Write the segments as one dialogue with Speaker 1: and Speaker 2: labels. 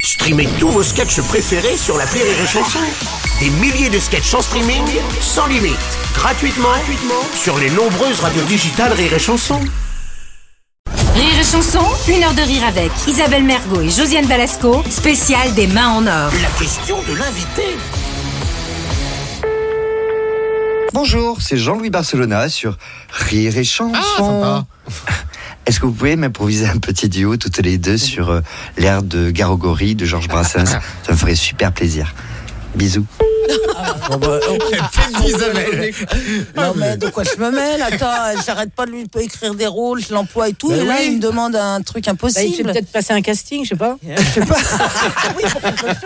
Speaker 1: Streamez tous vos sketchs préférés sur la Rire et Chanson. Des milliers de sketchs en streaming, sans limite, gratuitement, gratuitement sur les nombreuses radios digitales Rire et Chanson.
Speaker 2: Rire et chanson, une heure de rire avec Isabelle Mergot et Josiane Balasco, spécial des mains en or.
Speaker 1: La question de l'invité.
Speaker 3: Bonjour, c'est Jean-Louis Barcelona sur Rire et Chanson.
Speaker 4: sympa.
Speaker 3: Est-ce que vous pouvez m'improviser un petit duo toutes les deux sur euh, l'air de Garogori de Georges Brassens Ça me ferait super plaisir. Bisous.
Speaker 4: Ah bah, Isabelle.
Speaker 5: Non Ah, mais de quoi je me mêle Attends, j'arrête pas de lui écrire des rôles, je l'emploie et tout.
Speaker 4: Bah
Speaker 5: et là, il me demande un truc
Speaker 6: Bah, il fait
Speaker 5: impossible.
Speaker 6: peut-être passer un casting, je sais pas.
Speaker 7: Jean-Louis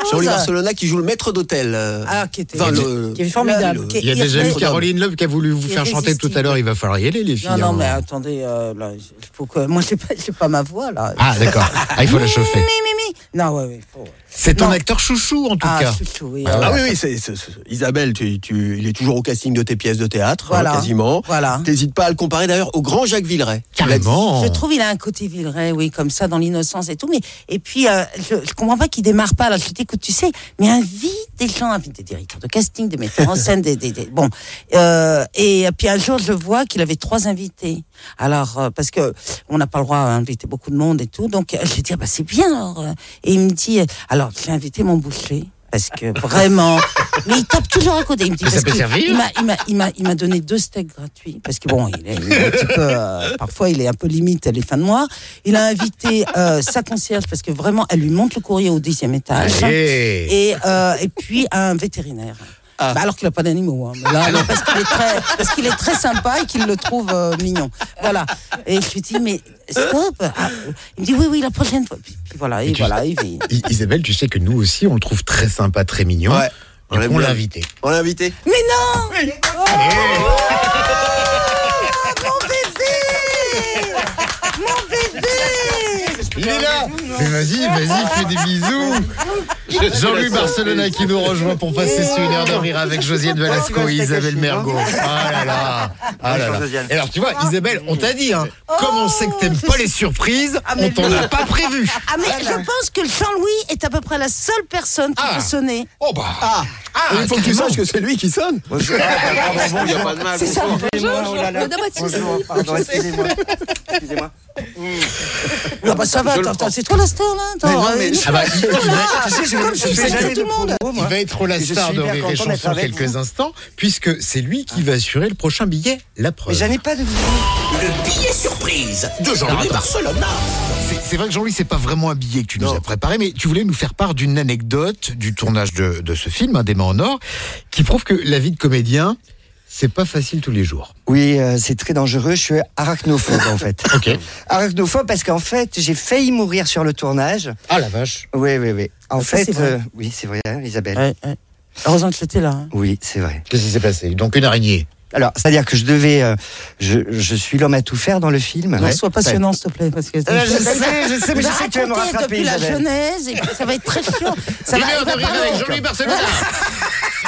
Speaker 5: Chose.
Speaker 7: Barcelona qui joue le maître d'hôtel. euh,
Speaker 5: Ah, qui était,
Speaker 7: dans le-
Speaker 6: Qui est formidable.
Speaker 5: Le-
Speaker 6: Qui-
Speaker 4: Il y a déjà eu
Speaker 5: Irrésistible.
Speaker 4: Caroline Love qui a voulu vous faire chanter tout à l'heure. Il va falloir y aller, les filles.
Speaker 5: Non,
Speaker 4: hein.
Speaker 5: non, mais attendez, euh, là, il faut que... moi, j'ai pas, j'ai pas ma voix, là.
Speaker 4: Ah, d'accord. Ah, il faut la
Speaker 5: Mi,
Speaker 4: chauffer.
Speaker 5: mi, mi. Non, ouais, ouais, faut...
Speaker 4: C'est ton
Speaker 5: Non.
Speaker 4: acteur chouchou, en tout
Speaker 5: Ah,
Speaker 4: cas.
Speaker 5: chouchou, oui.
Speaker 7: Ah
Speaker 5: euh,
Speaker 7: oui, oui, c'est- c'est- c'est- Isabelle, tu, tu- il est toujours au casting de tes pièces de théâtre, hein,
Speaker 5: Voilà.
Speaker 7: quasiment.
Speaker 5: Voilà.
Speaker 7: T'hésites pas à le comparer d'ailleurs au grand Jacques Villeray.
Speaker 4: Carrément.
Speaker 5: Je trouve il a un côté Villeray, oui, comme ça, dans l'innocence et tout. Mais et puis, euh, je, je comprends pas qu'il démarre pas. Alors je lui dis, écoute, tu sais, mais invite des gens, invite des directeurs de casting, des metteurs en scène, des, des, des- bon. Euh, et puis un jour, je vois qu'il avait trois invités. Alors euh, parce que on n'a pas le droit à inviter beaucoup de monde et tout. Donc euh, je lui dis, ah bah c'est bien. Alors. euh. Et il me dit, euh, alors j'ai invité mon boucher. Parce que vraiment, mais il tape toujours à côté. Il me dit,
Speaker 4: Mais ça
Speaker 5: parce
Speaker 4: peut
Speaker 5: qu'il-
Speaker 4: servir.
Speaker 5: il m'a- il m'a- il m'a- il m'a donné deux steaks gratuits parce que bon, il est, il est un petit peu, euh, parfois il est un peu limite les fins de mois. Il a invité euh, sa concierge parce que vraiment, elle lui monte le courrier au dixième étage.
Speaker 4: Allez. Ah.
Speaker 5: Et, euh, et puis un vétérinaire. Bah, alors qu'il n'a pas d'animaux, hein. Mais là, non, parce qu'il est très, parce qu'il est très sympa et qu'il le trouve euh, mignon. Voilà. Et je lui dis mais stop. Ah, il me dit oui oui la prochaine fois. Puis, puis voilà et
Speaker 4: tu-
Speaker 5: voilà il vit.
Speaker 4: I- Isabelle, tu sais que nous aussi, on le trouve très sympa, très mignon.
Speaker 7: Ouais.
Speaker 4: Donc,
Speaker 7: l'aime
Speaker 4: on
Speaker 7: bien.
Speaker 4: l'a invité.
Speaker 7: On l'a invité.
Speaker 5: Mais non Oh, Mon bébé Mon bébé
Speaker 4: Il est là Mais vas-y, vas-y, fais des bisous Jean-Louis Barcelona qui nous rejoint pour passer sur une heure de rire avec Josiane Velasco et Isabelle Mergot.
Speaker 5: hein
Speaker 4: Ah là là Ah là là Et Alors tu vois, Isabelle, on t'a dit, hein, comme on sait que t'aimes
Speaker 5: Oh,
Speaker 4: pas les surprises, on t'en a pas prévu
Speaker 5: Ah mais je pense que Jean-Louis est à peu près la seule personne qui
Speaker 4: Ah.
Speaker 5: peut sonner.
Speaker 4: Oh bah
Speaker 7: Ah,
Speaker 4: Ah,
Speaker 7: il faut que tu
Speaker 4: carrément.
Speaker 7: saches que c'est lui qui sonne.
Speaker 3: oh
Speaker 5: Ah bah ça va, attends, attends, c'est toi la star là attends, euh, il-
Speaker 4: Ah bah, il, il va,
Speaker 5: Ah, Comme je fais avec tout le monde
Speaker 4: il va être la star de Rire et Chanson quelques instants, puisque c'est lui qui va assurer le prochain billet, la preuve.
Speaker 1: Le billet surprise de Jean-Louis Barcelona.
Speaker 4: C'est- C'est vrai que Jean-Louis, c'est pas vraiment un billet que tu nous as préparé, mais tu voulais nous faire part d'une anecdote du tournage de, de ce film, hein, Des mains en or, qui prouve que la vie de comédien, c'est pas facile tous les jours.
Speaker 3: Oui, euh, c'est très dangereux. Je suis arachnophobe en fait.
Speaker 4: Ok.
Speaker 3: Ah, Arachnophobe parce qu'en fait, j'ai failli mourir sur le tournage.
Speaker 4: Ah la vache.
Speaker 3: Oui, oui, oui. En
Speaker 5: Ça,
Speaker 3: fait,
Speaker 5: c'est vrai.
Speaker 3: euh, oui, c'est vrai, hein, Isabelle.
Speaker 5: Ouais, ouais. Heureusement que c'était là. hein.
Speaker 3: Oui, c'est vrai.
Speaker 4: Qu'est-ce qui s'est passé Donc une araignée.
Speaker 3: Alors, c'est-à-dire que je devais, euh, je, je suis l'homme à tout faire dans le film.
Speaker 5: Non,
Speaker 3: Ouais.
Speaker 5: sois passionnant, s'il te plaît, parce que
Speaker 3: Euh, je sais, je sais, mais je sais que tu vas me
Speaker 5: raconter
Speaker 3: rattraper,
Speaker 5: depuis la
Speaker 3: Isabelle.
Speaker 5: jeunesse, et ça va être très chiant. Ça
Speaker 4: Une
Speaker 5: va,
Speaker 4: heure
Speaker 5: il va
Speaker 4: de rire
Speaker 5: pas
Speaker 4: avec
Speaker 5: bien.
Speaker 4: Jean-Louis Barcelona.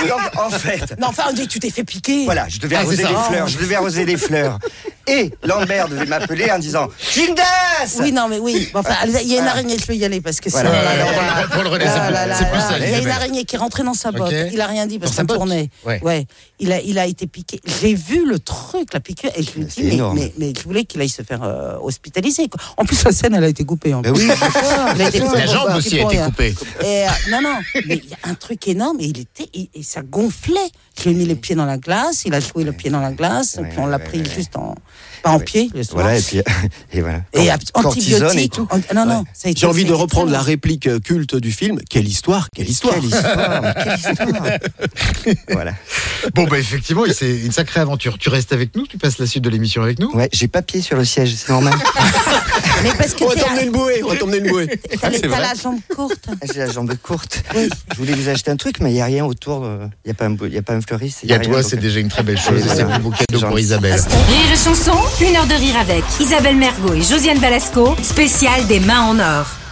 Speaker 3: Donc, en fait,
Speaker 5: Non, enfin, on dit que tu t'es fait piquer.
Speaker 3: Voilà, je devais
Speaker 4: Ah,
Speaker 3: arroser
Speaker 4: c'est ça.
Speaker 3: les fleurs, je devais arroser les fleurs. Et Lambert devait m'appeler en disant Gindas
Speaker 5: Oui, non, mais oui. Bon, Enfin, il y a une araignée, je peux y aller parce que
Speaker 3: Voilà.
Speaker 5: sinon.
Speaker 4: Ouais,
Speaker 5: là,
Speaker 4: on
Speaker 5: là,
Speaker 4: va
Speaker 5: là.
Speaker 4: le- on va le relais,
Speaker 5: Là,
Speaker 4: c'est plus-
Speaker 5: là, là,
Speaker 4: c'est plus
Speaker 5: là,
Speaker 4: ça,
Speaker 5: là. Il y a une
Speaker 4: Isabelle.
Speaker 5: araignée qui est rentrée dans sa
Speaker 4: Ok.
Speaker 5: botte. Il a rien dit parce
Speaker 4: Dans sa
Speaker 5: qu'on
Speaker 4: botte
Speaker 5: tournait.
Speaker 4: Ouais.
Speaker 5: Il a, il a été piqué. J'ai vu le truc, la piqûre, et je lui ai
Speaker 3: C'est
Speaker 5: dit, mais,
Speaker 3: énorme.
Speaker 5: mais, mais je voulais qu'il aille se faire euh, hospitaliser. quoi. En plus, la scène, elle a été coupée. En
Speaker 3: Mais
Speaker 5: plus.
Speaker 3: oui, c'est ça.
Speaker 5: Elle a été coupée
Speaker 4: La
Speaker 5: pour-
Speaker 4: jambe
Speaker 5: pour-
Speaker 4: aussi a
Speaker 5: pour
Speaker 4: été
Speaker 5: rien.
Speaker 4: coupée.
Speaker 5: Et, euh, non, non, mais il y a un truc énorme, et il était, et, et ça gonflait. Je lui ai mis les pieds dans la glace, il a joué le pied dans la glace,
Speaker 3: Ouais,
Speaker 5: et puis on l'a
Speaker 3: ouais,
Speaker 5: pris
Speaker 3: ouais,
Speaker 5: juste en, pas en pied, le soir.
Speaker 3: Voilà, et puis et voilà.
Speaker 5: Et ab-
Speaker 3: Cor- cortisone
Speaker 5: antibiotiques.
Speaker 3: et tout.
Speaker 5: an- non, non, ça a été-
Speaker 7: J'ai envie
Speaker 5: ça a
Speaker 7: de
Speaker 5: été
Speaker 7: reprendre
Speaker 5: très
Speaker 7: la
Speaker 5: long.
Speaker 7: réplique euh, culte du film. Quelle histoire, quelle histoire.
Speaker 3: Quelle histoire, mais quelle histoire. Voilà.
Speaker 4: Bon bah effectivement, et c'est une sacrée aventure. Tu restes avec nous, tu passes la suite de l'émission avec nous.
Speaker 3: Ouais, j'ai pas pied sur le siège, c'est normal.
Speaker 5: Mais parce que
Speaker 7: On va
Speaker 5: t'es-
Speaker 7: t'emmener une bouée, on va t'emmener une bouée.
Speaker 5: t'as les-
Speaker 7: Ah, C'est
Speaker 5: t'as
Speaker 7: vrai.
Speaker 5: la jambe courte.
Speaker 3: J'ai la jambe courte. Je voulais vous acheter un truc, mais il n'y a rien autour. euh, Il n'y a, pas un bou- il y a pas un fleuriste.
Speaker 4: Il y a
Speaker 3: rien,
Speaker 4: toi,
Speaker 3: donc-
Speaker 4: c'est déjà une très belle chose.
Speaker 3: Oui,
Speaker 4: et C'est
Speaker 3: voilà.
Speaker 4: un beau
Speaker 3: C'est
Speaker 4: cadeau pour
Speaker 3: gentil.
Speaker 4: Isabelle.
Speaker 2: Rire et chanson, une heure de rire avec Isabelle Mergot et Josiane Balasco, spécial des mains en or.